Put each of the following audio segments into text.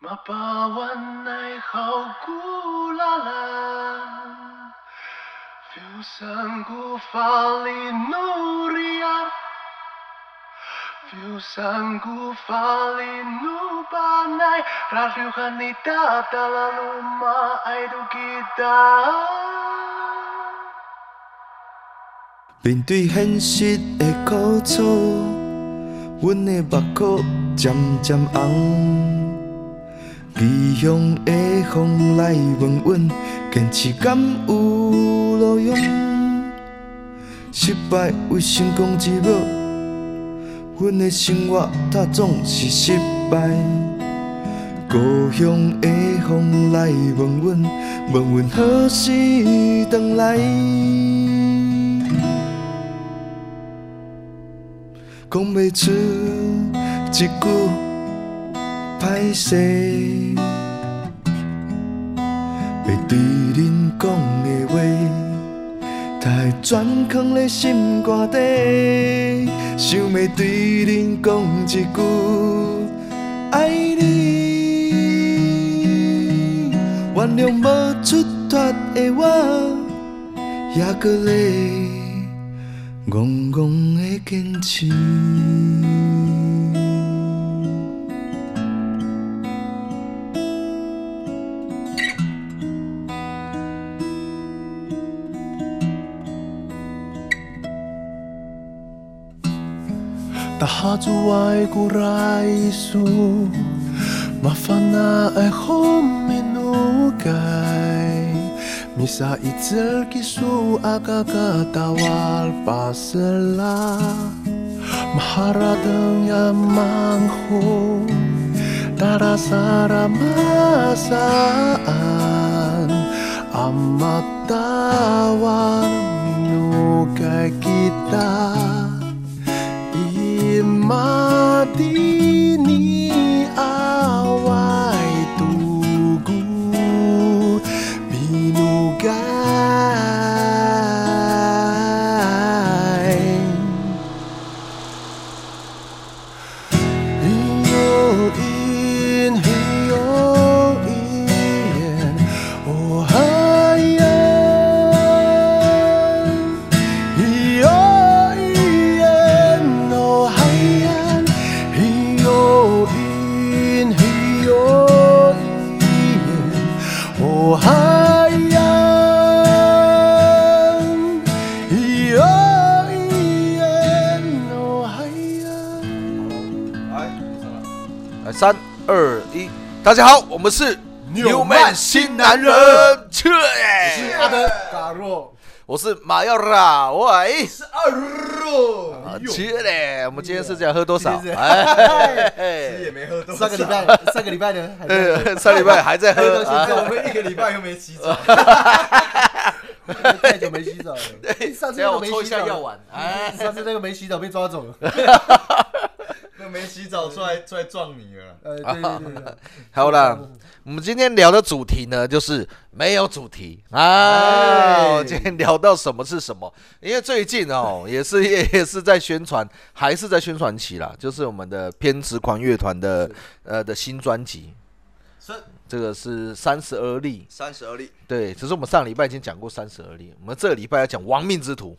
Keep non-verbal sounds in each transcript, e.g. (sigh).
嘛把湾奈好古拉兰，就像古法里努里亚，就像古法里努巴奈，拉流汗你达达拉鲁马爱杜吉达。面对现实的苦楚，阮的目眶渐渐红。异乡的风来问阮，坚持敢有路用？失败为成功之母，阮的生活它总是失败。故乡的风来问阮，问阮何时回来？讲袂出一句歹势，要对恁讲的话，才会全藏在心肝底。想要对恁讲一句爱你，原谅无出脱的我，还搁咧戆戆的坚持。 Tahazuai kuraisu Mafana ai hominukai Misa itzel kisu akaka tawal pasela Maharadang yamanghu Tarasara masaan Amat tawar minukai kita mati ni awai tugu binugai Hiyo in hiyo in oh eh. hayan Hi. 来，三二一，大家好，我们是纽曼新男人切，我是马啊耀啦，喂，是二肉，切哎啊嘞，我们今天是讲喝多少？今天是哎， (laughs) 也没喝多少，上个礼拜，上个礼拜呢，还在呃， (laughs) 上礼拜还在 (laughs) 喝喝，到现啊在，我们一个礼拜又没洗澡，太久没洗 (laughs) 澡了。上次等一下那个呃我没抽一洗下澡药丸，哎， (laughs) 上次那个没洗澡被 (laughs) 抓走了。那没洗澡出来出来撞你了。呃，对对对对，好啦。我们今天聊的主题呢，就是没有主题啊。哎我今天聊到什么是什么？因为最近哦，也是 (laughs) 也也是在宣传，还是在宣传期啦，就是我们的偏执狂乐团的呃的新专辑，三这个是三十而立。三十而立，对，只是我们上礼拜已经讲过三十而立，我们这个礼拜要讲亡命之徒。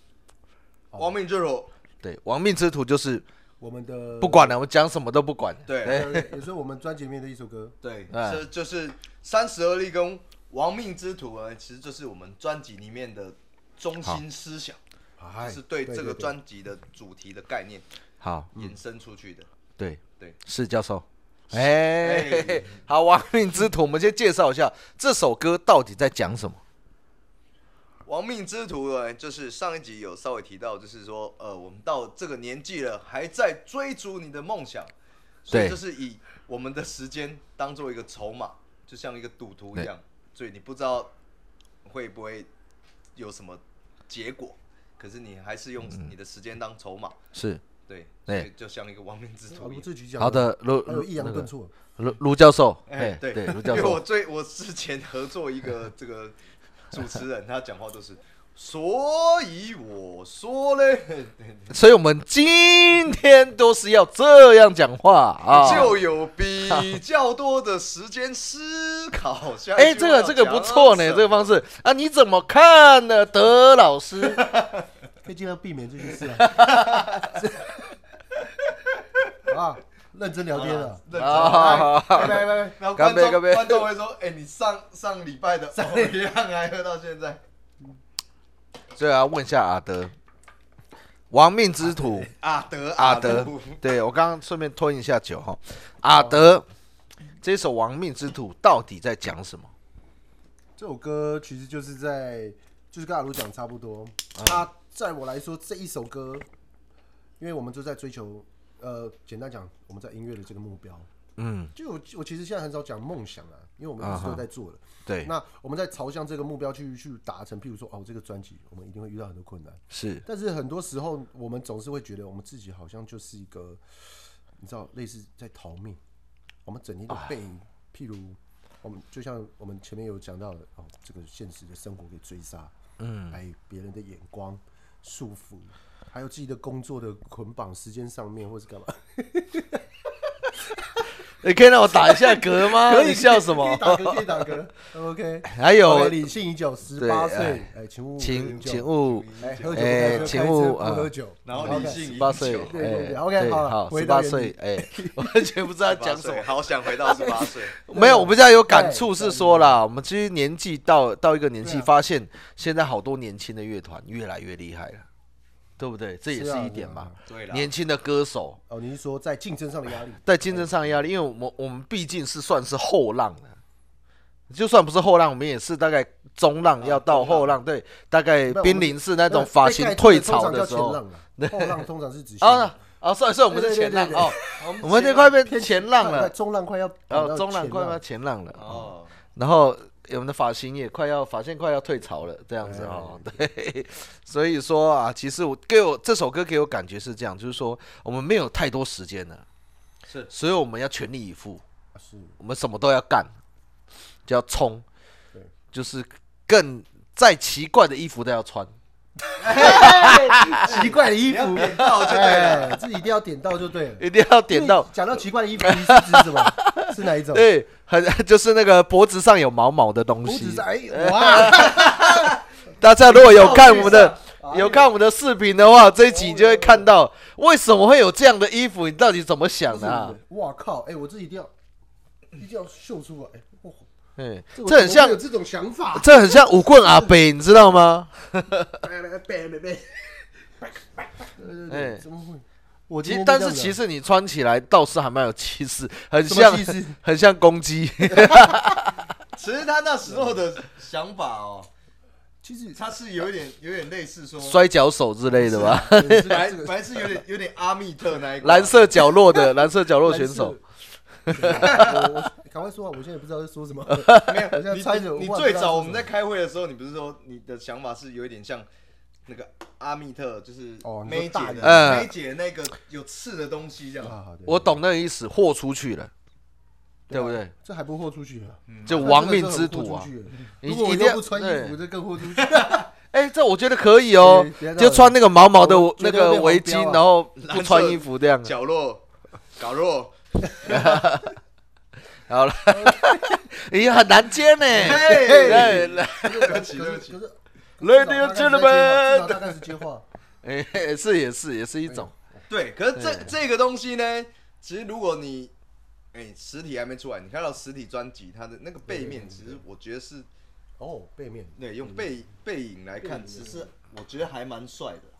亡命之徒，对，亡命之徒就是 (laughs) 我们的 (laughs) 不，管了，我们讲什么都不管。对哎呃也是我们专辑里面的一首歌。对，哎这就是三十而立跟亡命之徒呢，其实就是我们专辑里面的中心思想，啊哎就是对这对个对专辑的主题的概念好，延伸出去的。对对，是教授。哎、哎好，亡命之徒，我们先介绍一下这首歌到底在讲什么。亡命之徒呢，就是上一集有稍微提到，就是说，呃，我们到这个年纪了，还在追逐你的梦想，所以对就是以我们的时间当做一个筹码，就像一个赌徒一样，所以你不知道会不会有什么结果，可是你还是用你的时间当筹码，是，对，哎所以就像一个亡命之我徒一们样。自己讲。好，的，卢还呃有抑扬顿挫。卢卢教授，哎、哎，对对，卢因教为我授，最我之前合作一个这个主持人，他讲话都是所以我说嘞， (laughs) 所以我们今天都是要这样讲话啊。就有比较多的时间思考下。 (laughs) 哎，这个这个不错呢，这个方。式啊，你怎么看呢，德老 (laughs) 师？可以尽量避免这些事 (laughs) 啊。 (laughs) 啊，认真聊天了，认真啊来，拜拜拜拜。然后干观杯众干杯观众会说：“哎，你上上礼拜的酒一样还喝到现在。所以要问一下阿德，亡命之徒”阿德 (laughs) 阿德鲁，对我刚刚顺便吞一下酒哈。阿德这首《亡命之徒》到底在讲什么？这首歌其实就是在，就是跟阿卢讲差不多。他在我来说这一首歌，因为我们就在追求，呃，简单讲，我们在音乐的这个目标。嗯，就我我其实现在很少讲梦想啊，因为我们一直都在做的。对，那我们在朝向这个目标去去达成，譬如说，哦，这个专辑我们一定会遇到很多困难，是但是很多时候我们总是会觉得我们自己好像就是一个，你知道，类似在逃命，我们整天啊就被，譬如我们就像我们前面有讲到的，哦，这个现实的生活给追杀，嗯，还有别人的眼光束缚，还有自己的工作的捆绑，时间上面或是干嘛，你可以让我打一下嗝吗？你笑什 (laughs) 可以么？打嗝，可以打嗝，OK。 (laughs) 还有 OK，，理性饮酒，十八对岁，哎，请勿喝请饮酒请勿哎，喝酒不哎开车，请开车勿不啊喝酒，然后理 OK 性十饮八岁，酒，对对对哎，OK，好了好，回十到八原岁，哎，我完全不知道讲什么18岁。好想回到十八 (laughs) 岁。没有，我比较有感触是说啦，我们其实年纪到到一个年纪，对啊发现现在好多年轻的乐团越来越厉害了，对不对？这也是是啊一点吧。对啦年轻的歌手哦，你是说在竞争上的压力？在竞争上的压力，因为我们我们毕竟是算是后浪的，就算不是后浪，我们也是大概中浪要到后啊浪，对，大概没有濒临是那种呃发被型盖住退的通潮常的叫时前候浪 (laughs) 啦后浪通常是指啊啊，算算我们是前浪对对对对哦，我们这快变前浪快快了，中浪啊快要然跑后到中浪前快要前浪了哦。哦，然后我们的发型也快要发线快要退潮了，这样子哦， (laughs) 对，所以说啊，其实我给我这首歌给我感觉是这样，就是说我们没有太多时间了，是所以我们要全力以赴，是我们什么都要干，就要冲对，就是更再奇怪的衣服都要穿，哎 (laughs) 奇怪的衣服，点到就对了。哎，这一定要点到就对了。一定要点因到为，讲到奇怪的衣服，你是指什么？是哪一种？对，很 (laughs) 就是那个脖子上有毛毛的东不只西是，哎 (laughs) 哇，大家如果有看我们的啊有看我们的视频的话，这一集就会看哎到为什么会有这样的衣服，你到底怎么想的、啊？哇靠，哎，我这一定要一定要秀出来。哇嗯，我这很像怎么会有这种想法，这很像舞棍阿北，你知道吗？哎对对哎对， (laughs) 怎么会？我其实但是其实实你穿起来倒是还蛮有气 (laughs) 势，很什么像气势哦很像公鸡。其实他那时候的想法哦，其实他是有一点有点类似说，摔跤手之类的吧， (laughs) 这白个白是有点有点阿密特那一挂蓝色角落 (laughs) 的蓝色角落选手，蓝色。我我赶快说啊！我现在也不知道在说什么。没有我现在你穿着你你袜子最不知道早是我们什在么开会的时候，你不是说你的想法是有一点像那个阿密特，就是哦你梅说姐大的的嗯梅姐那个有刺的东西这啊样。好的我懂那个意思，豁出去了，啊对不对？这还不豁出去啊？就这亡命之徒啊！这你个真的很豁出去如果我一定要又不穿衣对服，这更豁出去。哎，这我觉得可以哦对别闹，了就穿那个毛毛的我那绝对会个被围黄标巾，啊然后不穿衣服这嗯样。啊角落，角落，好了，你很难接呢。嘿对来对不起对不起可是 Ladies and 至少大概是接话 gentlemen，至少大概是接话。哎，是也是也是一种，对，可是这嗯对这个东西呢，其实如果你哎、实体还没出来，你看到实体专辑它的那个背面，其实我觉得是哦，背面对用嗯背背影来看，其实我觉得还蛮帅的啦。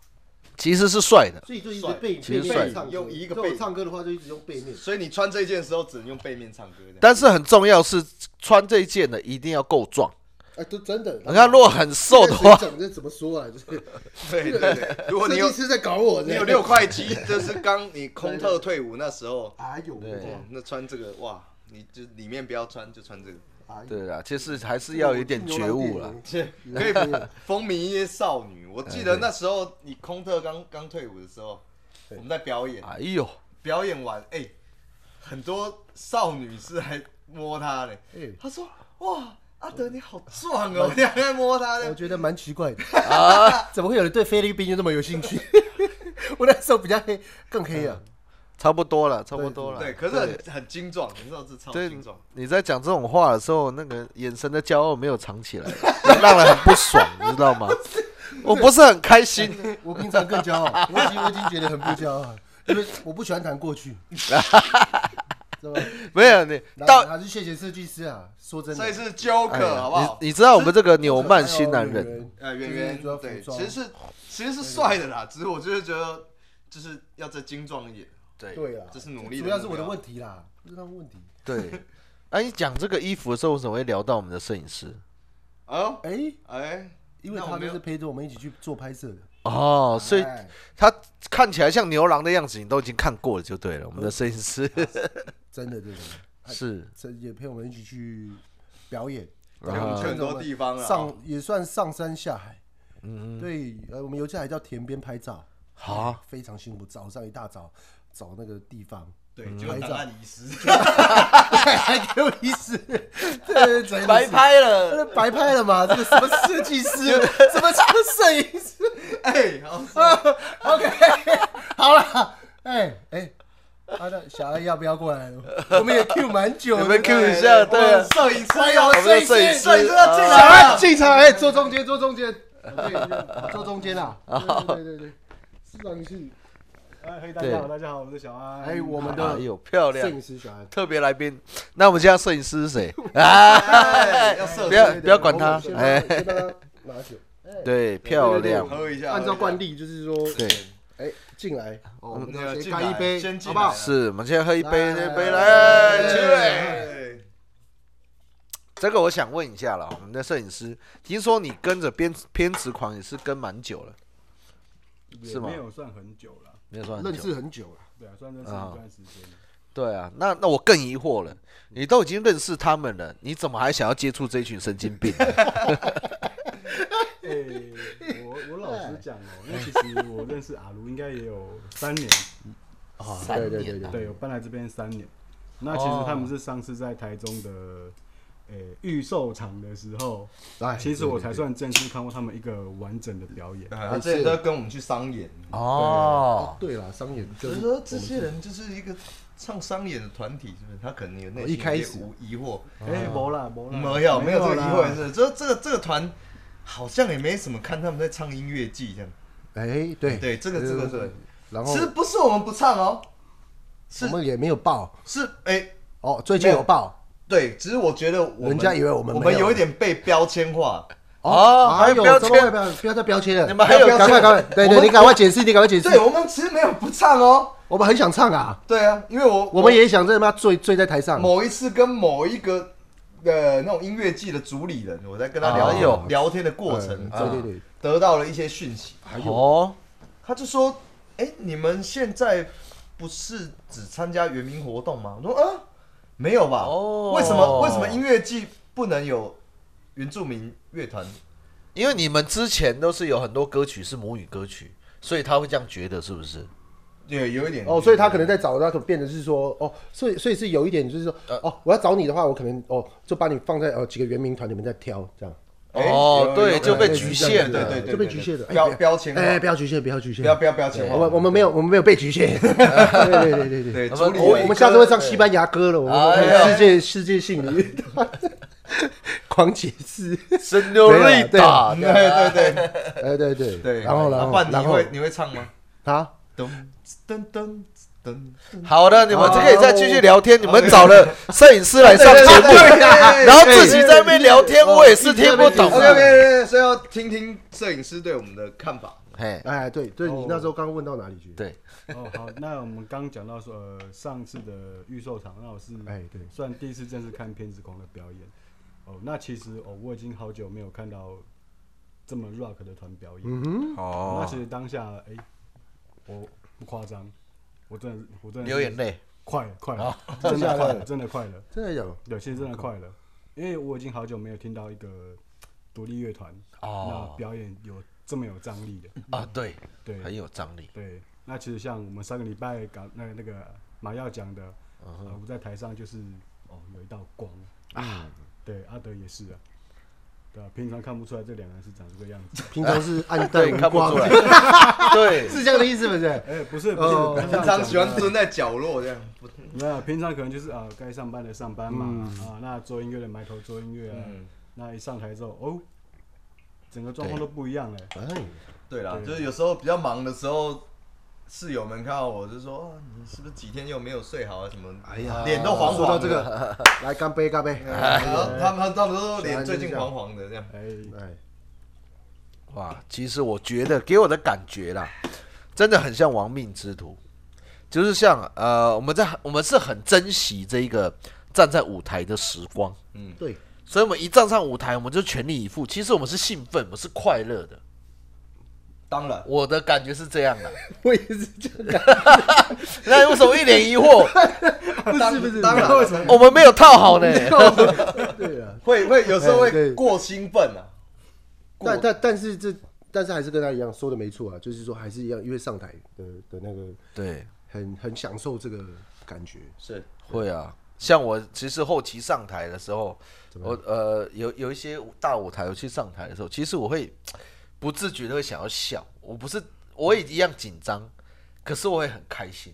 其实是帅的。所以就一直帅背其实背帅面唱歌，用一个如果背影唱歌的话，就一直用背面。所以你穿这一件的时候，只能用背面唱歌这样。但是很重要是穿这一件的一定要够壮。哎，都真的。你看，如果很瘦的话，整这怎么说啊？就是对对对，如果你设有计师在搞我，你有六。块肌， (laughs) 这是刚你空特退伍那时候，哎呦，对哦那穿这个哇，你就里面不要穿，就穿这 (laughs) 个，哎呦，对啦，其实还是要有一点觉悟啦。可以风靡一些少女。我记得那时候你空特刚刚退伍的时候，我们在表演，哎呦，表演完，哎、很多少女是来摸他嘞哎。他说：“哇，阿德你好壮哦，你还在摸他我呢。觉得蛮奇怪的啊 (laughs) 怎么会有人对菲律宾就这么有兴趣？ (laughs) 我那时候比较黑，更黑啊。差不多了，差不多了。对，可是很很精壮，你知道这超对精壮。，你在讲这种话的时候，那个眼神的骄傲没有藏起来， (laughs) 让人很不爽，你知道吗？我不是很开心。我平常更 (laughs) 骄傲，我已经我已经觉得很不骄傲了，因为我不喜欢谈过 (laughs) 去，知道吗？没有你哪到哎哪是谢谢设计师啊？说真所的以，是 Joker 好不好？你你知道我们这个纽曼新男还有人，人呃，就圆是圆主要服对，装其实是其实是帅的啦，只是我就是觉得就是要再精壮一点，对对啦，这是努力的主要是我的目标问题啦，不是他们问题。对。哎，你讲这个衣服的时候，为什么会聊到我们的摄影师？哦，哎，哎，因为那我他没就有是陪着我们一起去做拍摄的，哦，所以哎他看起来像牛郎的样子，你都已经看过了，就对了。我们的摄影师真的真的，是这也陪我们一起去表演，陪我们去很多地方啊上也算上山下海。嗯，对，呃，我们有一次还到田边拍照，好啊，非常辛苦，早上一大早找那个地方，对，结果档案遗失， (laughs) 还给我意思，这真的白是。拍了。这白拍了嘛？这个什么设计 (laughs) 师，什么什么摄影师哎，好？OK，好了，哎哎，他的小爱要不要过来？我们也 Q 蛮久的，有没有 Q 一对下？对啊，哎摄影师哎呦，要们的摄摄影影师师，摄影师要进小来爱了，进场，哎，坐中间，坐中间， (laughs) 对，坐中间啦。对对对对，市场去。哎，嘿，大对家好，大家好，我是小安。哎，我们哎的呦，漂摄亮影！师小安。特别来宾，那我们现在摄影师是谁啊？哎要摄不要对对不要管我他们，先帮哎，先帮他拿酒。对，漂亮，喝一下，按照惯例，例就是说，对，哎，进来，我我们们要先啊进干来一杯，先进好不好来？是，我们先喝一杯，来这杯来来，来起来。对，这个我想问一下了，我们的摄影师，听说你跟着编偏执狂也是跟蛮久了，是也吗没有算很久了，没有说很哦认久。识很久了，对啊，算认识一段时间了。对啊，那那我更疑惑了，你都已经认识他们了，你怎么还想要接触这群神经病？哎、我我老哎实讲哦、因为其实我认识阿卢应该也有三年，三对对年对对，对，我搬来这边三年。那其实他哦们是上次在台中的呃预、售场的时候，哎来，其实我才算正式看过他们一个完整的表演。他之前都跟我们去商演，哦，对啦，商演就就是是说这些人就是一个唱商演的团体，是不是？他可能有内我心一开有始点无疑惑，哎、没啦没啦，没有没有这个疑啦嗯惑，是这这个这个团好像也没什么看他们在唱音乐季这样。哎，对对，这个这个对，然后其实不是我们不唱哦，是我们也没有爆是哎哦，最近有爆对，只是我觉得我们人家以为我们我没们有有一点被标签化，哦，还有标哎怎么会签不，要不要再标签了，你们还有不标要赶签快赶快，对我对，们你赶快解释，你赶快解释，对我们其实没有不唱哦，我们很想唱啊，对啊，因为我我们也想在他妈醉醉在台上，某一次跟某一个呃那种音乐季的主理人，我在跟他哎呦聊聊天的过程，哎啊对对对，得到了一些讯息，哦，他就说：“哎、你们现在不是只参加原民活动吗？”我说：“啊，没有吧？哦为什么为什么音乐季不能有原住民乐团？因为你们之前都是有很多歌曲是母语歌曲，所以他会这样觉得，是不是？对，有一点哦，所以他可能在找，他可能变得是说，哦，所以所以是有一点就是说，哦，我要找你的话，我可能哦就把你放在哦几个原民团里面再挑这样，哎哦有对有就被有局有限对了对对，就被对局限了标哎不要标签化，哎，不要局限，不要局限，不要不要标签我们我化。们没有，我们没有被局限。对对对对对。对，我主们理我人我们下次会唱西班牙歌了，我们我哎呀们世界世界性里狂解释，神牛没瑞有达啊，对对对哎对对对，然后然啊后不然然你后会你会唱吗？他噔噔噔噔噔，好的，你们这可以再继续聊天。你们找了摄影师来上节目，对然后自己在那边聊天，我也是听不懂。啊 OK OK，所以要听听摄影师对我们的看法。哎，哎对对，哦你那时候刚刚问到哪里去？对，哦，好，那我们刚讲到说，呃，上次的预售场，那我是哎对算第一次正式看偏执狂的表演。哦，那其实哦，我已经好久没有看到这么 rock 的团表演。嗯那哦其，实当下，哎、我不夸张，我真的，我真的流眼，泪，哦快了，快了，真 (laughs) 真的假的的快了，真的快了，哼，真的有对，其实真的快了，因为我已经好久没有听到一个独立乐团哦那表演有这么有张力的，啊，对，对，很有张力。对，那其实像我们上个礼拜搞那个那个马耀讲嗯的，呃，我在台上就是哦有一道光啊，对，阿德也是啊，对啊，平常看不出来这两个人是长这个样子。平常是 (laughs) 暗淡对，无看不光出来，的， (laughs) 对， (laughs) 是这样的意思不是？ (laughs) 哎、不是，不是，哦他这平样常讲喜欢的蹲在角落这样，不没有，平常可能就是啊，该上班的上班嘛，嗯啊，那做音乐的埋头做音乐啊，那一上台之后，哦，整个状况都不一样了。哎，对啦，就是有时候比较忙的时候，室友们看到我就说：“哦你是不是几天又没有睡好啊？什么？”哎呀，脸都黄说到黄这的。个，哎来干杯干杯！哎然后他们他们都说小孩脸就是最这近样黄黄的这样。哎、哎，哇，其实我觉得给我的感觉啦，真的很像亡命之徒，就是像呃，我们在我们是很珍惜这一个站在舞台的时光， (laughs) 对，所以我们一站上舞台，我们就全力以赴。其实我们是兴奋，我们是快乐的，当然，我的感觉是这样的。我也是这样，那为什么一脸疑惑？不是不是，当然为什么？我们没有套好呢？对啊，会会有时候哎对会过兴奋啊。但但但是这，但是还是跟他一样说的没错啊，就是说还是一样，因为上台的的那个对，很很享受这个感觉，是会啊。像我其实后期上台的时候，我呃有有一些大舞台，我去上台的时候，其实我会不自觉的会想要笑。我不是我也一样紧张，可是我会很开心。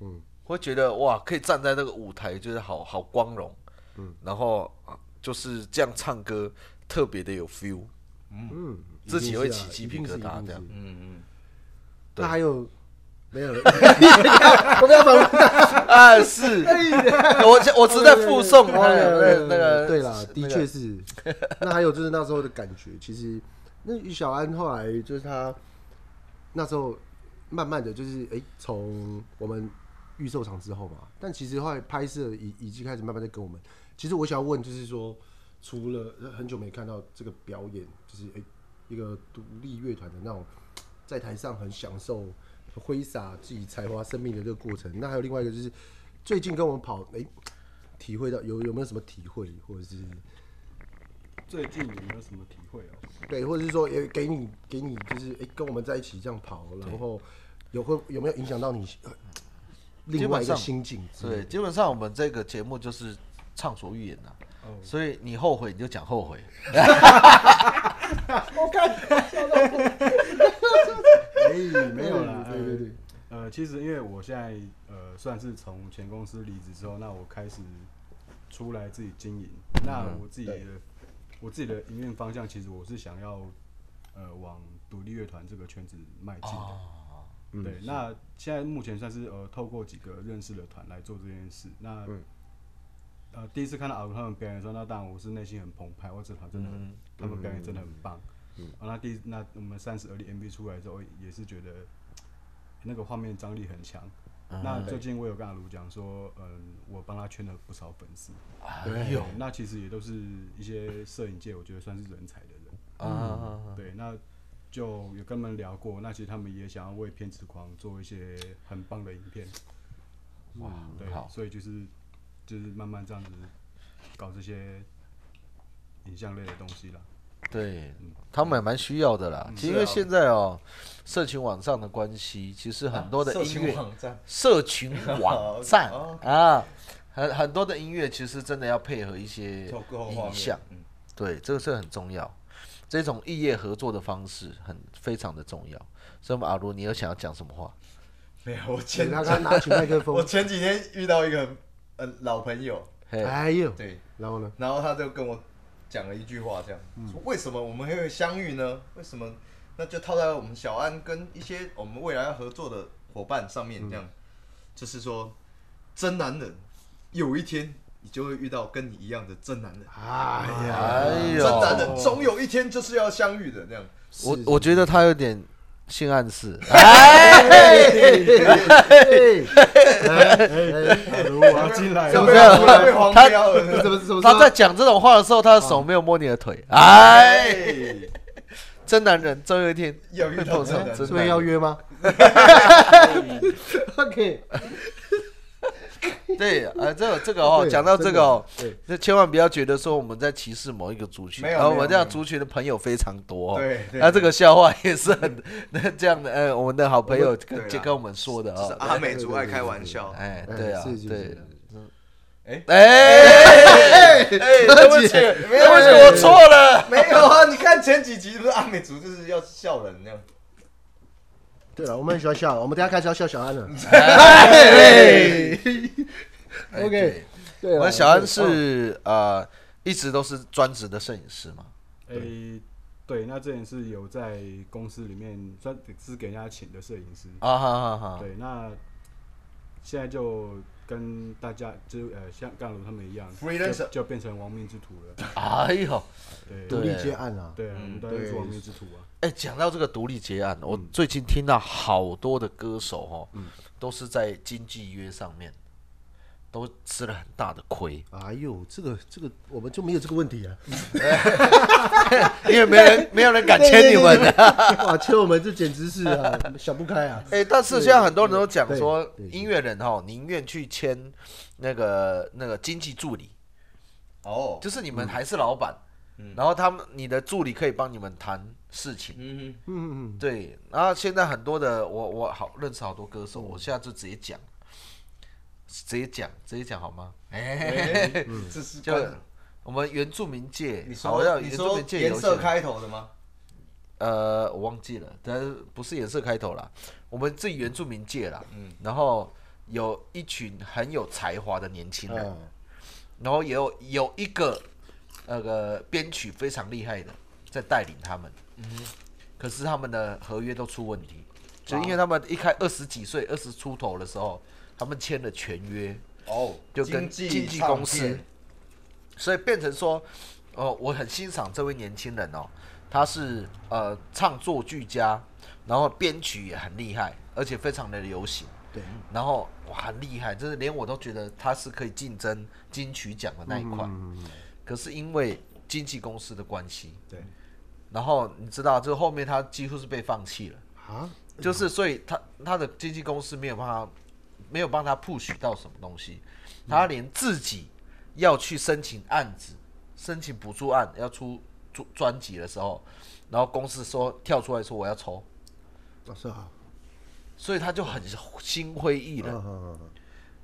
嗯，会觉得哇，可以站在那个舞台，就是好好光荣。嗯，然后啊就是这样唱歌，特别的有 feel。嗯，自己一定会是啊起鸡皮一定是疙瘩一定这样是嗯对那还有没有了？我们要访问他。啊，是，我我只是在附送啊他的那个对啦，的那个确是。 (laughs) 那还有就是那时候的感觉，其实那小安后来就是他那时候慢慢的就是哎，从、我们预售场之后嘛，但其实后来拍摄已已经开始慢慢在跟我们。其实我想要问，就是说，除了呃很久没看到这个表演，就是哎、一个独立乐团的那种在台上很享受挥洒自己才华生命的这个过程，那还有另外一个就是最近跟我们跑哎。体会到有有没有什么体会，或者是最近有没有什么体会哦？对，或者是说也给你给你就是哎、诶跟我们在一起这样跑，然后有会有没有影响到你呃另外一基个本上心境？对，，嗯基本上我们这个节目就是畅所欲言呐、哦所以你后悔你就讲后悔，哎、没有 (laughs) 啦，对对对呃。呃，其实因为我现在呃算是从前公司离职之后，那我开始出来自己经营。那我自己的、我自己的营运方向，其实我是想要呃往独立乐团这个圈子迈进的。哦对，那现在目前算是呃透过几个认识的团来做这件事。那、呃第一次看到阿文他们表演的时候，那当然我是内心很澎湃，我这团真的很，他们表演真的很棒。嗯啊，那第那我们三十而立 MV 出来之后，也是觉得那个画面张力很强。啊那最近我有跟阿卢讲说，嗯，我帮他圈了不少粉丝。哎呦那其实也都是一些摄影界，我觉得算是人才的人。啊，对，那就有跟他们聊过，那其实他们也想要为偏执狂做一些很棒的影片，嗯哇，对，好，所以就是就是慢慢这样子搞这些影像类的东西啦。对他们也蛮需要的嗯啦。其实啊因为现在哦，社群网上的关系，其实很多的社音群乐 (laughs) 网站社群网站哦啊，很很多的音乐其实真的要配合一些透过画影面像，嗯对，这个是很重要。这种异业合作的方式很非常的重要。所以，我们阿如，你有想要讲什么话？没有，我请前他刚拿起麦克我风，前几天遇到一个呃老朋友，嘿，哎呦，对，然后呢？然后他就跟我讲了一句话，这样嗯说为什么我们会相遇呢？为什么？那就套在我们小安跟一些我们未来要合作的伙伴上面，这嗯样、就是说，真男人有一天你就会遇到跟你一样的真男人，哎呀，哎呦，真男人总有一天就是要相遇的，这样。我是我觉得他有点性暗示，哎阿卢，我要进来要了。被要被黄标了，怎么怎么他在 (laughs) 讲这种话的时候，他的手没有摸你的腿。哎，哎，真男人，总有一天要遇会到碰真上男人真是男被邀人。约吗？OK，对，啊，这个这个哦，对讲到这个哦真的，那千万不要觉得说我们在歧视某一个族群，没有然后没我们有这样没有族群的朋友非常多。哦。对对那这个笑话也是很那这样的，呃，我们的好朋友对跟啦就跟我们说的就是哦。阿美族爱开玩笑，哎，对啊是是，是对，哎、哎，对不起，对不起，我错了。没有啊，你看前几集不是阿美族就是要笑人那样，对了，我们很喜欢笑，我们等一下开始要笑小安了。OK，对嗯我了，们小安是呃，一直都是专职的摄影师嘛。诶、对，那之前是有在公司里面算是给人家请的摄影师，啊哈哈哈，对，那现在就跟大家就呃像干如他们一样 Freelancer 就就变成亡命之徒了，哎呦，对独立接案啊，对啊，我们都是亡命之徒啊，哎，讲到这个独立结案，我嗯最近听到好多的歌手哦，都是在经纪约上面都吃了很大的亏，哎呦，这个这个我们就没有这个问题啊！因为没人没有人敢签你们。 (laughs) 哇，切我们这简直是啊，想不开啊！哎、但是现在很多人都讲说对，对音乐人哈宁愿去签那个那个经济助理，哦，就是你们嗯还是老板，然后他们你的助理可以帮你们谈事情。嗯哼，嗯，嗯对，然后现在很多的我我好认识好多歌手，我嗯现在就直接讲，直接讲直接讲好吗？哎嗯这是就关我们原住民界，你好像说你原住说民界有颜一色些开头的吗？呃，我忘记了，但是不是颜色开头啦，我们自己原住民界啦，然后有一群很有才华的年轻人，嗯然后也有有一个那个编曲非常厉害的在带领他们，可是他们的合约都出问题，就因为他们一开二十几岁、二十出头的时候，他们签了全约，哦，就跟经经纪唱公司片，所以变成说，呃，我很欣赏这位年轻人哦，他是呃唱作俱佳，然后编曲也很厉害，而且非常的流行，对，然后哇很厉害，就是连我都觉得他是可以竞争金曲奖的那一块，可是因为经纪公司的关系，对，然后你知道，就后面他几乎是被放弃了。啊，就是所以他他的经纪公司没有帮他没有帮他 push 到什么东西，他连自己要去申请案子、申请补助案要出专专辑的时候，然后公司说跳出来说我要抽，老师好，所以他就很心灰意冷嗯，嗯嗯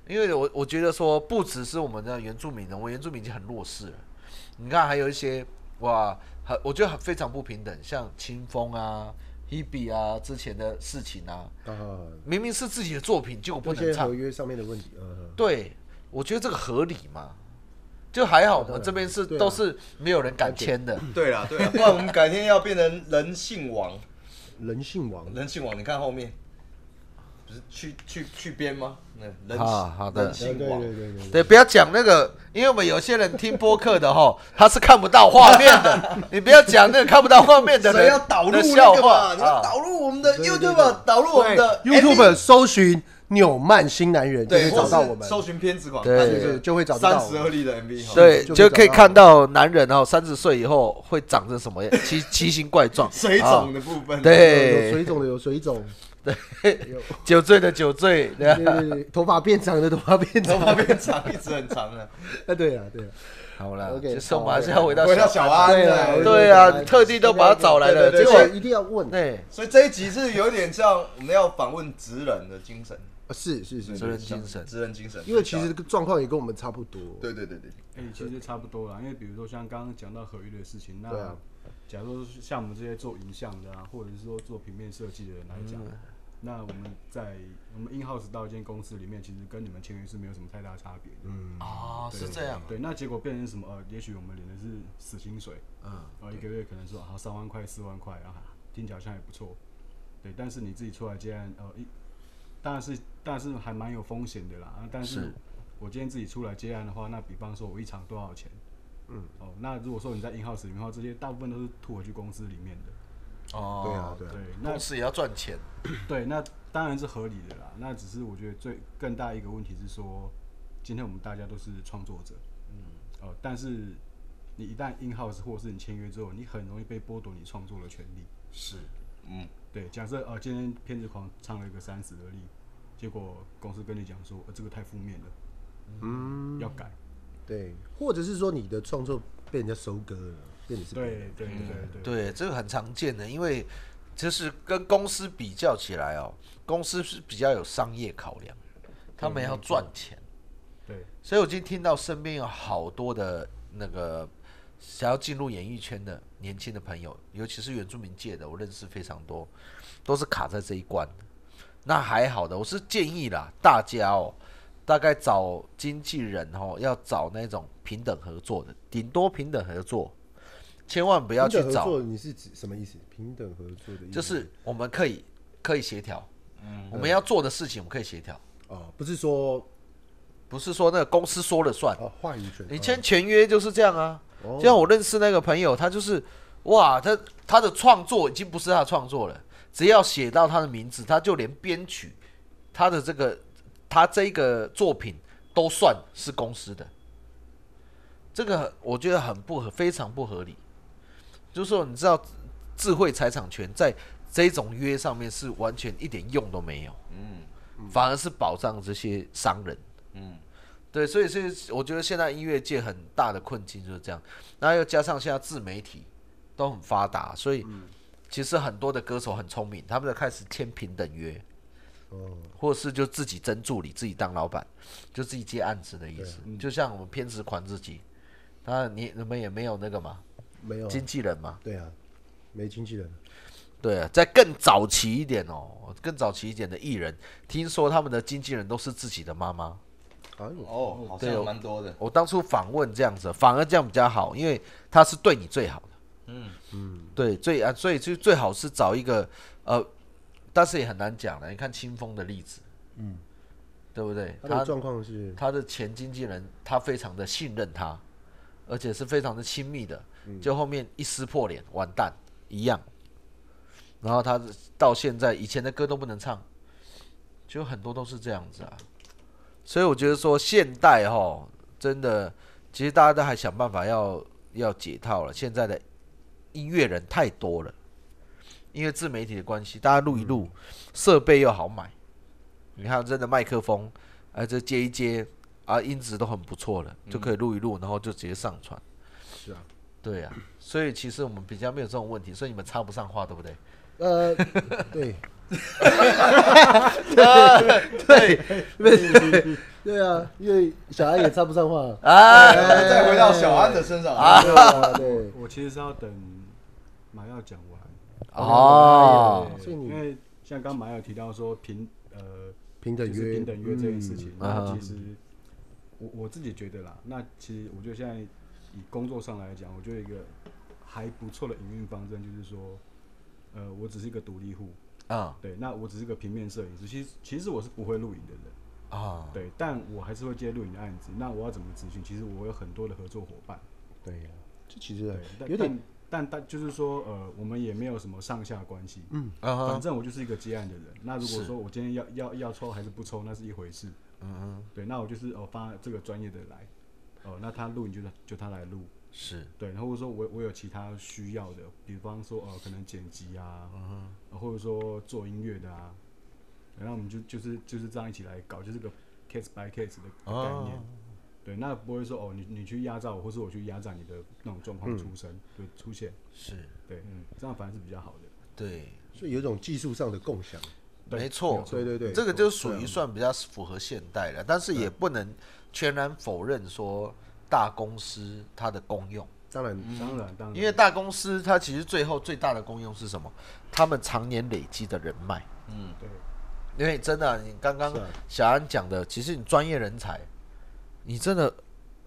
因为我我觉得说，不只是我们的原住民人，我原住民已经很弱势了。你看，还有一些哇，很我觉得很非常不平等，像清风啊、Hebe 啊之前的事情啊，嗯啊，明明是自己的作品，结果不这能些合唱。约上面的问题，嗯，嗯对，我觉得这个合理嘛，就还好我们这边是对啊都是没有人敢签的。对啦 (laughs) 对啦，啊不然我们改天要变成人性王，人性王，人性王，你看后面。不是去去去编吗？那人啊好的人对性对王对对对，对，不要讲那个，因为我们有些人听播客的哈，他是看不到画面 (laughs) 的。你不要讲那个看不到画面的人谁要导入的那笑个话嘛？你要啊导入我们的对对 YouTube，导入我们的哎 YouTube 搜寻纽曼新男人就对，会或找到是我们，搜寻片子广，对对对就会找得到三十二例的 MV 哈。对，就可以就可以找到看到男人哦，三十岁以后会长成什么样， (laughs) 奇奇形怪状，水啊肿的部分，， (laughs) 有对水，肿的有水肿，酒醉的酒醉，对 (laughs) 啊对对对头发变长的头发变头 (laughs) 长，发变长，一直很长的。啊对啊对啊，好了， OK，其实我们好还是要回到回到小小安对啊了，对啊，你特地都把他找来了，对结这对对果个一定要问，对，所以这一集是有点像我们要访问职人的精神，啊是是是，责任精神，职人精神。因为其实状况也跟我们差不多，对对对对，哎、其实差不多啦，因为比如说像刚刚讲到合约的事情，那对啊假如说像我们这些做影像的啊，或者是说做平面设计的人来讲，嗯那我们在我们 in house 到一间公司里面，其实跟你们签约是没有什么太大差别的。嗯，哦，是这样，对，那结果变成什么？呃，也许我们领的是死薪水，嗯，呃，一个月可能说啊三万块、四万块啊，听起来好像也不错，对。但是你自己出来接案，呃，一当然是当然是还蛮有风险的啦。啊，但是我今天自己出来接案的话，那比方说我一场多少钱？嗯，哦，那如果说你在 in house 里面的话，这些大部分都是吐回去公司里面的。哦，对啊对啊对，那公司也要赚钱，对，那当然是合理的啦。那只是我觉得最更大一个问题是说，今天我们大家都是创作者，嗯，呃，但是你一旦 in house 或是你签约之后，你很容易被剥夺你创作的权利。是，嗯，对，假设呃今天片子狂唱了一个三十而立，结果公司跟你讲说，呃这个太负面了，嗯，要改。对，或者是说你的创作被人家收割了，变成是别人对对对对对，这个很常见的，因为就是跟公司比较起来哦，公司是比较有商业考量，他们要赚钱。对所以我今天听到身边有好多的那个想要进入演艺圈的年轻的朋友，尤其是原住民界的，我认识非常多，都是卡在这一关。那还好的，我是建议啦，大家哦，大概找经纪人哦，要找那种平等合作的，顶多平等合作，千万不不要去找合作，你是指什么意思？平等合作的意思就是我们可以可以协调，我们要做的事情我们可以协调，哦，不是说不是说那个公司说了算。哦话语权。你哦签签约就是这样啊。哦就像我认识那个朋友，他就是哇，他他的创作已经不是他的创作了，只要写到他的名字，他就连编曲，他的这个他这个作品都算是公司的。这个很我觉得很不合，非常不合理。就是说，你知道，智慧财产权在这种约上面是完全一点用都没有，嗯，反而是保障这些商人，嗯，对，所以所以我觉得现在音乐界很大的困境就是这样，然后又加上现在自媒体都很发达，所以其实很多的歌手很聪明，他们就开始签平等约，哦，或是就自己争助理，自己当老板，就自己接案子的意思，就像我们偏执狂自己，那你你们也没有那个嘛，没有啊，经纪人嘛，对啊，没经纪人。对啊，在更早期一点哦，更早期一点的艺人，听说他们的经纪人都是自己的妈妈。哎呦，哦，好像蛮多的。我当初访问这样子，反而这样比较好，因为他是对你最好的。嗯嗯，对，最啊，所以就最好是找一个呃，但是也很难讲了。你看清风的例子，嗯，对不对？他的状 (laughs) 况是他的前经纪人，他非常的信任他，而且是非常的亲密的，就后面一撕破脸，完蛋一样。然后他到现在以前的歌都不能唱，就很多都是这样子啊。所以我觉得说现代哈，真的，其实大家都还想办法要要解套了。现在的音乐人太多了，因为自媒体的关系，大家录一录，设备又好买。你看，真的麦克风，哎、这接一接啊，音质都很不错了，就可以录一录，然后就直接上传。嗯是啊，对呀、所以其实我们比较没有这种问题，所以你们插不上话，对不对？呃，对，对，对，对啊，因为小安也插不上话了。啊哎再回到小安的身上啊，对啊， (laughs) 对，我其实是要等马耀讲完，哦，啊所以因你为像刚马耀提到说平呃平等就约，是嗯平等约这件事情，啊那其实我我自己觉得啦，那其实我觉得现在以工作上来讲，我觉得一个还不错的营运方针就是说，呃，我只是一个独立户，啊对，那我只是个平面摄影师，其实其实我是不会录影的人，啊，对，但我还是会接录影的案子，那我要怎么咨询？其实我有很多的合作伙伴，对呀，这其实对，有点，但但但就是说，呃，我们也没有什么上下关系，嗯，啊哈反正我就是一个接案的人。那如果说我今天要要要抽还是不抽，那是一回事，嗯嗯，对，那我就是哦发这个专业的来，哦，那他录你就就他来录，是对，然后或者说我我有其他需要的，比方说呃可能剪辑啊，嗯呃或者说做音乐的啊，然后我们就就是就是这样一起来搞，就是个 case by case 的概哦念。对，那不会说哦，你你去压榨我，或是我去压榨你的那种状嗯况出生，对，出现，是，对，嗯这样反而是比较好的。对，所以有种技术上的共享。对没错，对对对啊这个就属于算比较符合现代了，但是也不能全然否认说大公司它的功用，当然，当然，嗯当然，因为大公司它其实最后最大的功用是什么？他们常年累积的人脉。对因为真的啊、你刚刚是啊小安讲的，其实你专业人才，你真的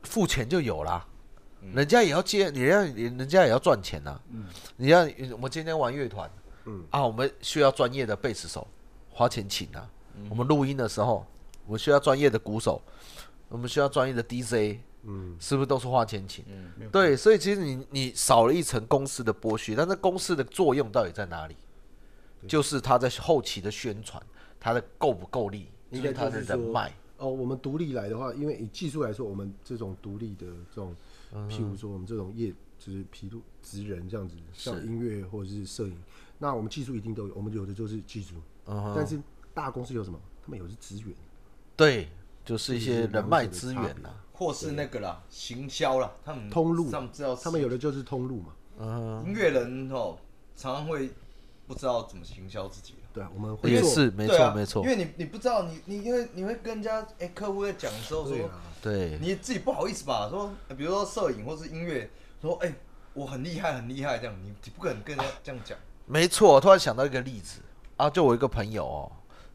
付钱就有啦，人家也要接，你让人家也要赚钱呐、你要我们今天玩乐团，啊，我们需要专业的贝斯手，花钱请啊。我们录音的时候，我们需要专业的鼓手，我们需要专业的 DJ，嗯，是不是都是花钱请？对，所以其实你你少了一层公司的剥削，但是公司的作用到底在哪里？就是他在后期的宣传，他的够不够力，就应是该他就的是人说脉。哦，我们独立来的话，因为以技术来说，我们这种独立的这种，嗯譬如说我们这种业就是皮路职人这样子，像音乐或者是摄影，那我们技术一定都有，我们有的就是技术，嗯但是大公司有什么？他们有的是资源，对，就是一些人脉资源啊这是两者的呐、或是那个啦，行销啦，他们通路他们知道，他们有的就是通路嘛。音乐人哦，常常会不知道怎么行销自己啊对，我们会也做。是没对错啊没错因，为你你不知道，你你因为你会跟人家哎、客户在讲的时候说，对，啊你自己不好意思吧？说、呃比如说摄影或是音乐，说哎、我很厉害很厉害这样，你你不可能跟人家这样讲。没错，我突然想到一个例子啊，就我一个朋友哦，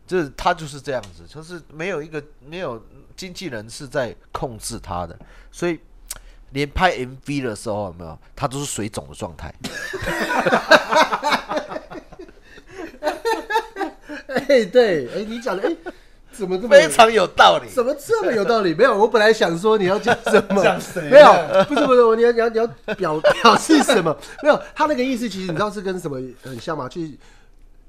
就是他就是这样子，就是没有一个没有经纪人是在控制他的，所以连拍 MV 的时候有没有，他都是水肿的状态。 (laughs) 哎，对，哎，你讲的，哎，怎么这么非常有道理。怎么这么有道理？没有，我本来想说你要讲什么，讲谁啊没有，不是不是，我你要你要你要表表示什么？没有，他那个意思其实你知道是跟什么很像吗？就是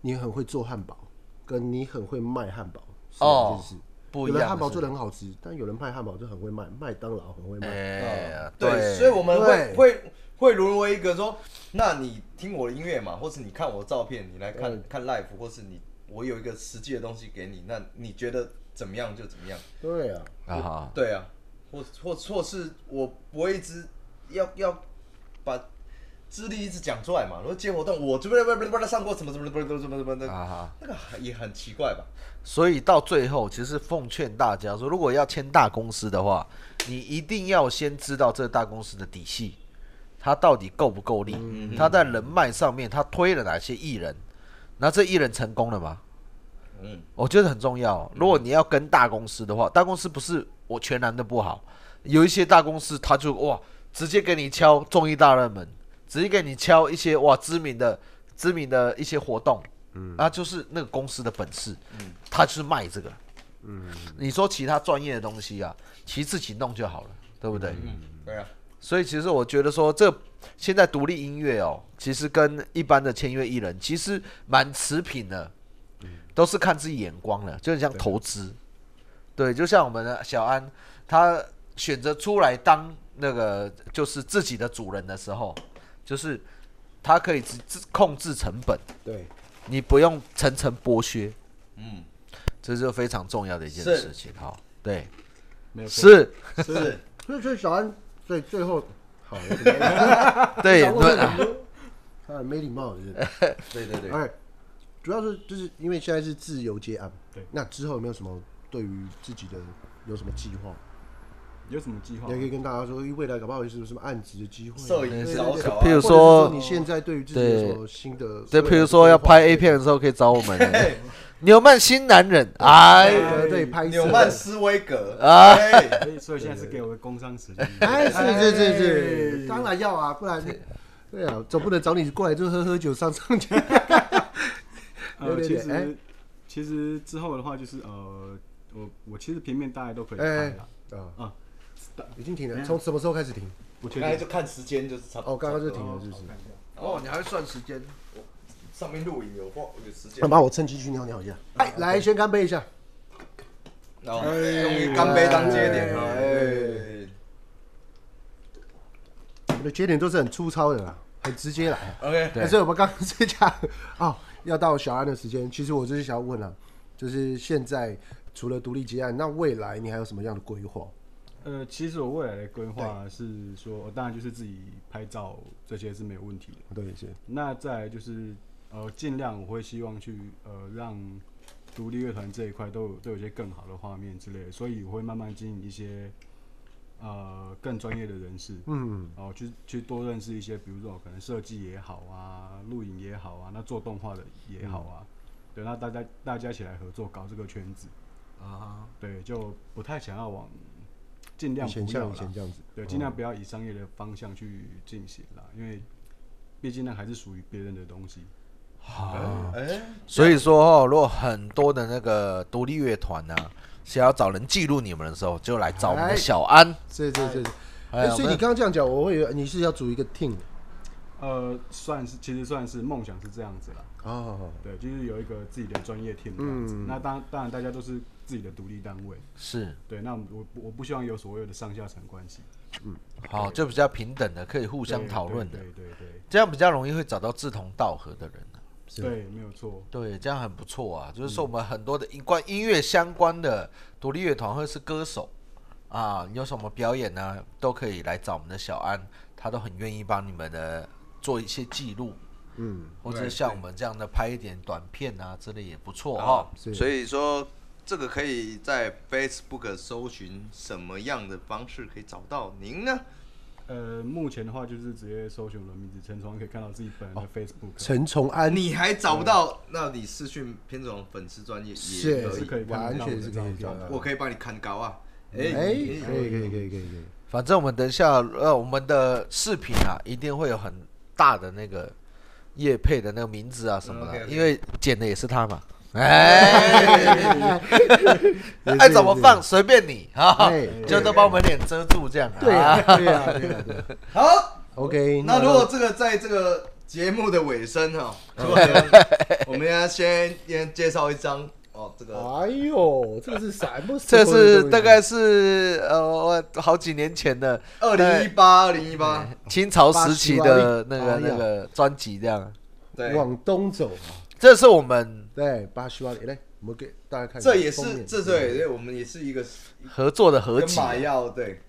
你很会做汉堡，跟你很会卖汉堡是两哦件事。不一有样人汉的堡是做的很好吃，但有人卖汉堡就很 (laughs) 会卖，麦当劳很会卖。哎呀，哦对，所以我们会对会会沦为一个说，那你听我的音乐嘛，或是你看我的照片，你来看、看 live，或是你我有一个实际的东西给你，那你觉得怎么样就怎么样。对啊，啊哈，对啊，或或或是我不会一直要要把资历一直讲出来嘛。如果接活动，我这边不不不上过什么什么什么什么什么啊的，哈，那个也很奇怪吧？所以到最后，其实奉劝大家说，如果要签大公司的话，你一定要先知道这大公司的底细，它到底够不够力，它在人脉上面它推了哪些艺人，那这艺人成功了吗？嗯，我觉得很重要。如果你要跟大公司的话，大公司不是我全然的不好，有一些大公司他就哇直接给你敲综艺大热门，直接给你敲一些哇知名的知名的一些活动，嗯，那就是那个公司的本事，嗯，他就是卖这个，嗯，你说其他专业的东西啊，其实自己弄就好了，对不对？对啊，所以其实我觉得说，这现在独立音乐哦，其实跟一般的签约艺人其实蛮持平的，嗯都是看自己眼光了，就很像投资。对，就像我们的小安，他选择出来当那个就是自己的主人的时候，就是他可以自自控制成本，对，你不用层层剥削，嗯，这是非常重要的一件是事情哈。对，没有错是，是所以所以小安，所以最后，好，我怎么对，想问对你说 (laughs) 他很没礼貌的人。对对对，哎，主要是就是因为现在是自由接案，对那之后有没有什么对于自己的有什么计划？有什么计划你也？可以跟大家说，诶未来搞不好有什么案子的机会啊，摄影对小对对小啊，譬如或者是说你现在对于自己有什么新的对，未来的譬如说要规划拍 A 片，的时候可以找我们。纽曼新男人，哎对，对对，拍摄纽曼斯威格啊哎所以所以现在是给我的工商时间。 (laughs) 呃哎，是是是是，当然要啊，不然对啊，总不能找你过来就喝喝酒上上去。呃，对其对对哎实其实之后的话就是呃，我我其实平面大概都可以哎拍啦，啊啊，已经停了，从什么时候开始停？ (laughs) 不确刚才定。就看时间就是差不多。哦，刚刚就停哦了，是不是好？看一下哦，你还会算时间？上面录影有话有时间那，把我趁机去尿尿一下。哎，来，先干杯一下。然后用于干杯当节点啊，哎。我的节点都是很粗糙的啦，很直接来。啊 OK，但是我们刚 (laughs) 刚是讲哦，要到小安的时间，其实我就是想要问了、就是现在除了独立结案，那未来你还有什么样的规划？呃，其实我未来的规划是说，我当然就是自己拍照这些是没有问题的。对，是那再来就是呃，尽量我会希望去呃让独立乐团这一块都有都有一些更好的画面之类的，所以我会慢慢经营一些呃更专业的人士，嗯，然后去去多认识一些，比如说可能设计也好啊，录影也好啊，那做动画的也好啊，嗯对，那大家大家一起来合作搞这个圈子，啊，对，就不太想要往尽以量前不要像以啦前这样子，对，尽量哦不要以商业的方向去进行啦，因为毕竟那还是属于别人的东西。哎，所以说哦，如果很多的那个独立乐团呢，想要找人记录你们的时候，就来找我们的小安。是是是。哎哎，所以你刚刚这样讲，我会以为你是要组一个 team 呃，算是，其实算是梦想是这样子啦。哦，对，就是有一个自己的专业 team 这样子。嗯那当当然，大家都是自己的独立单位。是对，那我我不希望有所谓的上下层关系，好，哦就比较平等的，可以互互相讨论的对，对对这样比较容易会找到志同道合的人。啊对对，没有错。对，这样很不错啊！就是说我们很多的音关音乐相关的独立乐团或者是歌手啊，有什么表演呢，都可以来找我们的小安，他都很愿意帮你们的做一些记录嗯，或者像我们这样的拍一点短片啊之类也不错哦哈。，是所以说这个可以在 Facebook 搜寻什么样的方式可以找到您呢？呃，目前的话就是直接搜寻我的名字陈崇安，可以看到自己本哦人的 Facebook，、陈崇安你还找不到，那你私讯偏总粉丝专业也可是以，可以看完得到我全的是照可以片找到。我可以帮你看高啊。哎，可以哎，可以可以可以可以，反正我们等一下，呃，我们的视频啊，一定会有很大的那个叶配的那个名字啊什么的，嗯，OK，OK 因为剪的也是他嘛。哎，爱也是 (laughs) 怎么也是放随便你哈哎， (laughs) 就都把我们脸遮住这样。对啊， (laughs) 啊对啊对啊对啊好， ，OK，那如果这个在这个节目的尾声哈，如果有我们要先先介绍一张哦，这个哎呦，这个是啥？不是这是大概是呃我好几年前的二零一八二零一八，清朝时期的那哎个呀那个专辑这样。对，往东走啊，这是我们对，巴西湾来，我们给大家看一下这也封是面这对，对我们也是一个合作的合跟集，马药对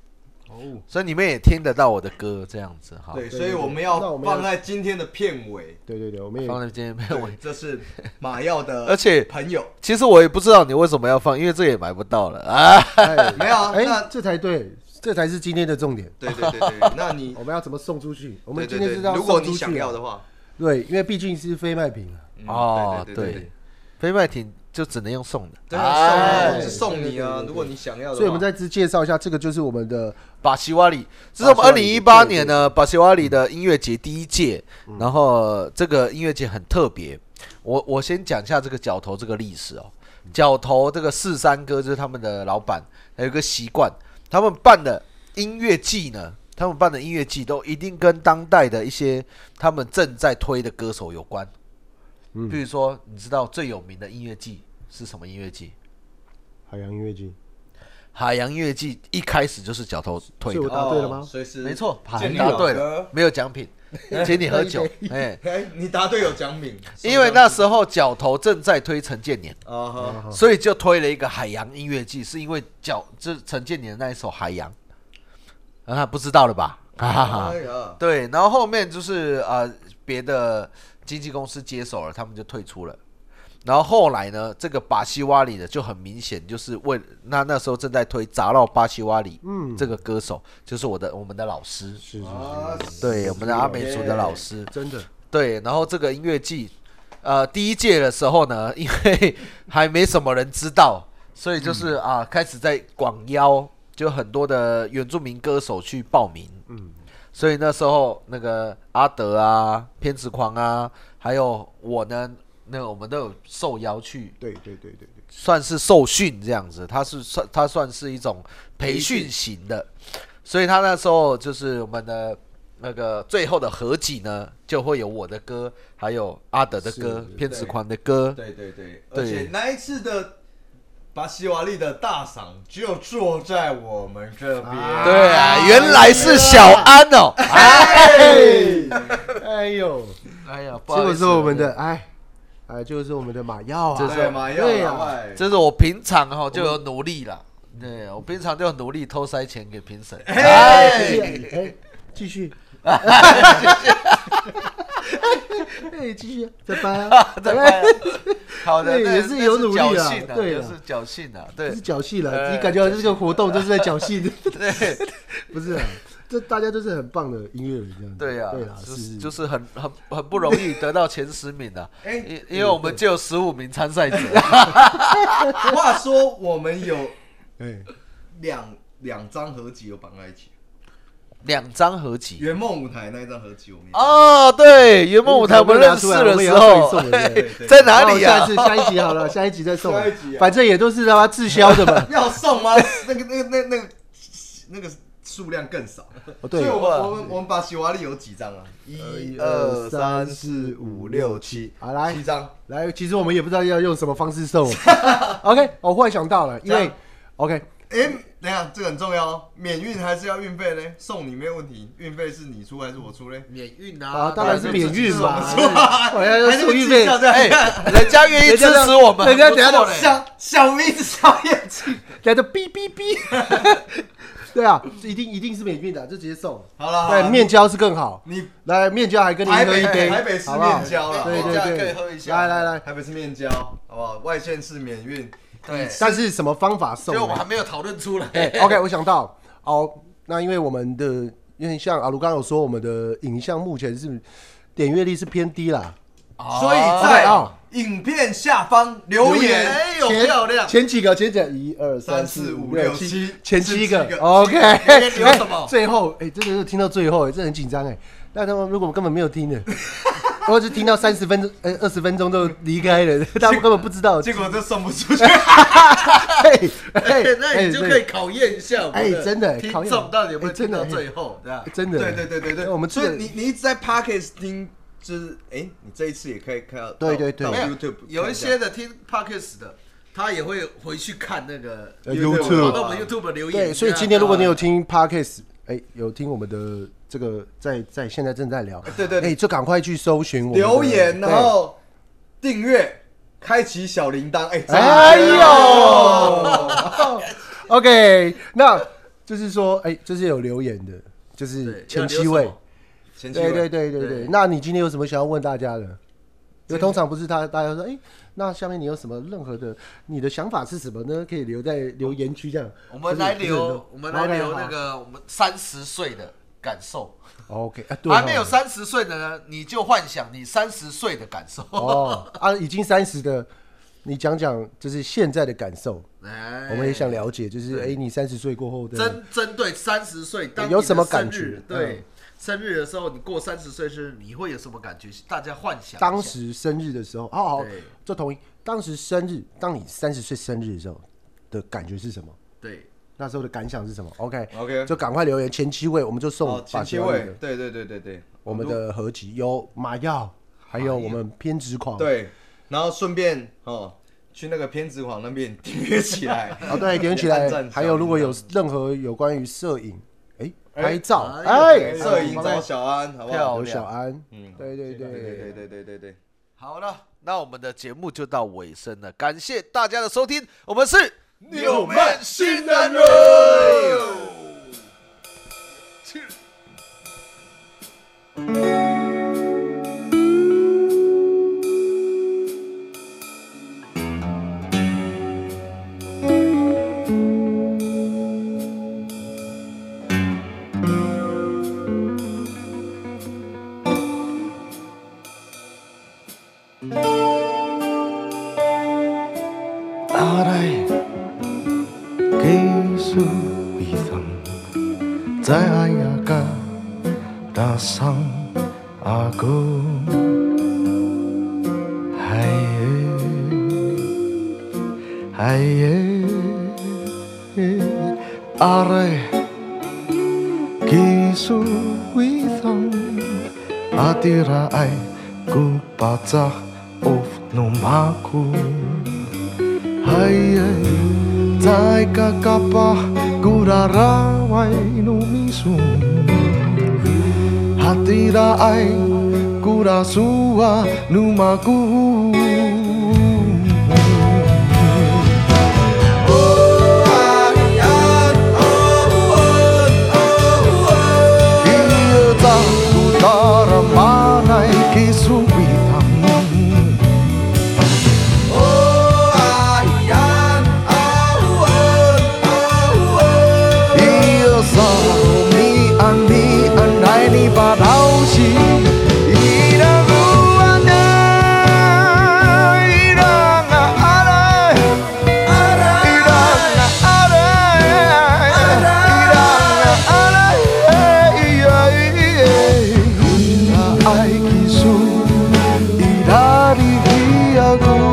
哦，所以你们也听得到我的歌这样子哈。对，对所以对我们那要我们要放在今天的片尾。对对对，我们也放在今天片尾对，。这是马 (laughs) 药的，而且朋友其实我也不知道你为什么要放，因为这也买不到了啊。哎没有啊那哎，这才对，这才是今天的重点。对对对对， (laughs) 那你我们要怎么送出去？我我们今天是要如果送你出去想啊要的话，对，因为毕竟是非卖品啊。嗯哦，对对对，非卖品就只能用送的。对啊，送哎我是送你对对对啊对，对如果你想要的话，所以我们再次介绍一下，这个就是我们的巴西瓦里，这是我们二巴零西一瓦八里对年呢巴西瓦里的音乐节第一届，然后呃这个音乐节很特别，我我先讲一下这个角头这个历史哦。角头这个四三哥就是他们的老板，还有一个习惯，他们办的音乐季呢，他们办的音乐季都一定跟当代的一些他们正在推的歌手有关。嗯比如说，你知道最有名的音乐季是什么音乐季？海洋音乐季，海洋音乐季一开始就是角头推所以的我。答对了吗哦随时没错，见你你答老对哥了，。没有奖 (laughs) 品，请你喝 (laughs) 酒。哎，哎，你答对有奖品， (laughs) 哎因为那时候角头正在推陈建年，啊哈，所以就推了一个海洋音乐季，是因为角这陈建年的那一首《海洋》，啊，不知道了吧？ (laughs) 哈哈哈哎。呀，对，然后后面就是呃别的经纪公司接手了，他们就退出了。然后后来呢，这个巴西瓦里的就很明显，就是为那那时候正在推砸到巴西瓦里，嗯，这个歌手就是我的我们的老师，是是啊对，我们的阿美族的老师，真的，对，然后这个音乐季，呃，第一届的时候呢，因为还没什么人知道，所以就是啊、开始在广邀，就很多的原住民歌手去报名，嗯，所以那时候那个阿德啊、偏执狂啊，还有我呢，那个我们都有受邀去对对对对对，算是受训这样子，他是算他算是一种培训型的，所以他那时候就是我们的那个最后的合集呢，就会有我的歌，还有阿德的歌，偏执狂的歌，对对对，对而且那一次的巴西瓦利的大赏就坐在我们这边，对啊，原来是小安哦， (laughs) 哎，哎呦，哎呀，不好这意个思是我们的，哎，哎，就是我们的马药啊，这啊对嘛，要对啊老外这是我平常哈就有努力啦，对我平常就有努力偷塞钱给评审，哎，哎，继续。哎，继续，再掰啊，对吧？好的，对那也是有努力啊那是侥幸啊，对啊就是侨幸啊，对这是侥幸了，哎你感觉好像这个活动就是在侥幸，对。不是啊？这大家都是很棒的音乐人，这样子。对呀、啊对啊啦，就是是就是很很很不容易得到前十名 (laughs) 的、哎因因为我们就有十五名参赛者，话说我们有哎，两两张合集有绑在一起，两张合集。圆梦舞台那一张合集我们也嗯哦，对，圆梦舞台我们认识的时候我们也要送 (laughs) 你，对不对嘿在哪里啊呀、那我下次下一集好了，下一集再送啊。下一集啊。反正也都是他妈滞销的嘛要送吗？ (laughs) 那个、那个、那、那个、那个数量更少。哦，所以对，我们、我们、我们把喜瓦利有几张啊？一二二三三四四五五六六七七，好来七张。来，其实我们也不知道要用什么方式送。OK，我忽然想到了，因这为样 OK，哎、等一下，这个很重要哦。免运还是要运费呢？送你没问题，运费是你出还是我出嘞？免运啊，当然是免运嘛，我要还要是送运费。哎、哎，人家愿意支持我们， (laughs) 人家很不啊等下错等嘞小小明一直小眼睛，来的哔哔哔， (laughs) 对啊，这一定一定是免运的，就直接送。好了，好啦对，面交是更好。你来面交还跟你台喝北一杯，台北是好不好面交啦对面交对可以对，喝一下来来来，台北是面交，好不好？外县市免运，对，所但是什么方法送以呢？我们还没有讨论出来。 (laughs) 哎 OK，我想到哦，那因为我们的因为像阿卢刚刚有说，我们的影像目前是点阅率是偏低啦，所以 OK，在哦影片下方留言，哎呦前漂亮前几个前几个一二三四四五六六七前是七七个个 OK，前 (laughs) 面有什么哎最后哎，真的是听到最后哎，这很紧张哎，那他们如果我们根本没有听的。 (laughs) 或者是听到三十分钟，呃，二十分钟就离开 (laughs) 了，他们根本不知道。结果这送不出去，嘿， (laughs) 哎那你就可以考验一下我们哎真的听考验众到底有没有哎真听的到最后，对吧？真的，对对对对对，那我们这所以个你你一直在 Pockets 听，就是哎，你这一次也可以看到，对到对哦对到没有 YouTube 有看一下些的听 podcast 的，他也会回去看那个呃找 YouTube YouTube 到我们 YouTube 留言。啊对，所以今天如果你有听 podcast，哎，有听我们的这个在在现在正在聊，对对对哎，就赶快去搜寻我们的留言，对然后订阅，开启小铃铛，哎，哎真的呦，OK，那就是说，哎，就是有留言的，就是对前七位，前期对对对对对对对。那你今天有什么想要问大家的？因为通常不是他，大家说，哎，那下面你有什么任何的，你的想法是什么呢？可以留在留言区这样。我们来不是不是很留多，我们来留 OK，那好个我们三十岁的感受。 OK，啊对还没有哦三十岁的呢，你就幻想你三十岁的感受。哦，啊，已经三十的，你讲讲就是现在的感受， (laughs) 哎我们也想了解，就是哎，你三十岁过后的针针对三十岁，当有你的什么感生日觉对嗯，生日的时候，你过三十岁生日，你会有什么感觉？大家幻想一下。当时生日的时候，好好对，就同意。当时生日，当你三十岁生日的时候的感觉是什么？对，那时候的感想是什么？OK OK 就赶快留言前七位，我们就哦送，前期法吉奥里位的，对对对对对，我们的合集有马药，还有我们偏执狂，对，然后顺便哦，去那个偏执狂那边订阅起来。哦对，点起按来， (laughs) 赞还有小如果铃有任何有关于摄影，哎，拍照，哎哎，铛摄影照找小安，好不漂好？有亮小安，嗯对对对对对对。对对对对。好了，那我们的节目就到尾声了，感谢大家的收听，我们是纽曼新南路。 Arai Kisu Itham Zai Ayaka Dasang Aku Hai Hai Arai Kisu Itham Atira ay Ku patah Of numaku Hai ai Tai kakapa Kurarawai numisum Hati raai Kurasua numaku Ia tak kutara manai kesulitan. Yêu dấu mi an mi an nay ni ba đau chi Ý đã vu an đây Ý đã ngã a đây Ý đã ngã a đây Ý đã ngã a đây Ý đã ngã ai kỳ su Ý đã đi khi a gu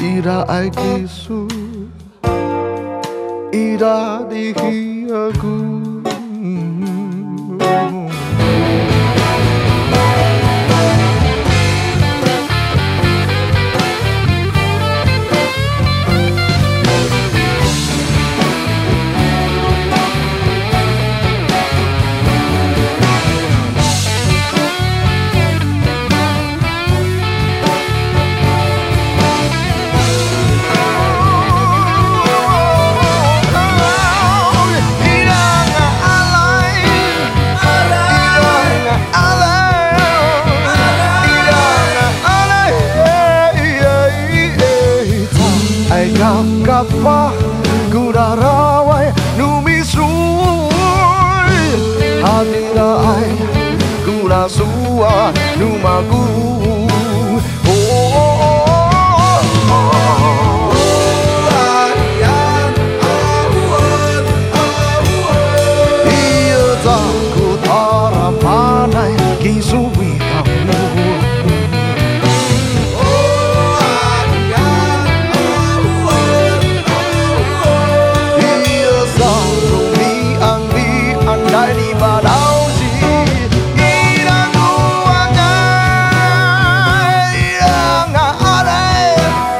Ý đã ai kỳ su iradihi aku 输啊，努马古。哦哦哦哦哦哎呀啊呜哦啊呜哦一张古塔拉帕奈基苏维卡努。Ia sanggup diambi andai di badausi Ira tuanya Ira nggak ada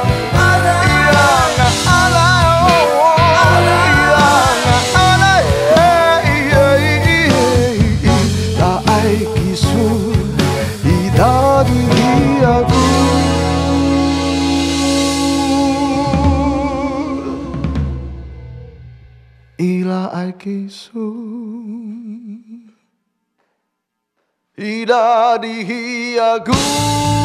Ira nggak ada Ira nggak ada Iya iya iya Tak ai kisu Ida di aku Ila ai kisu Ila dihi aku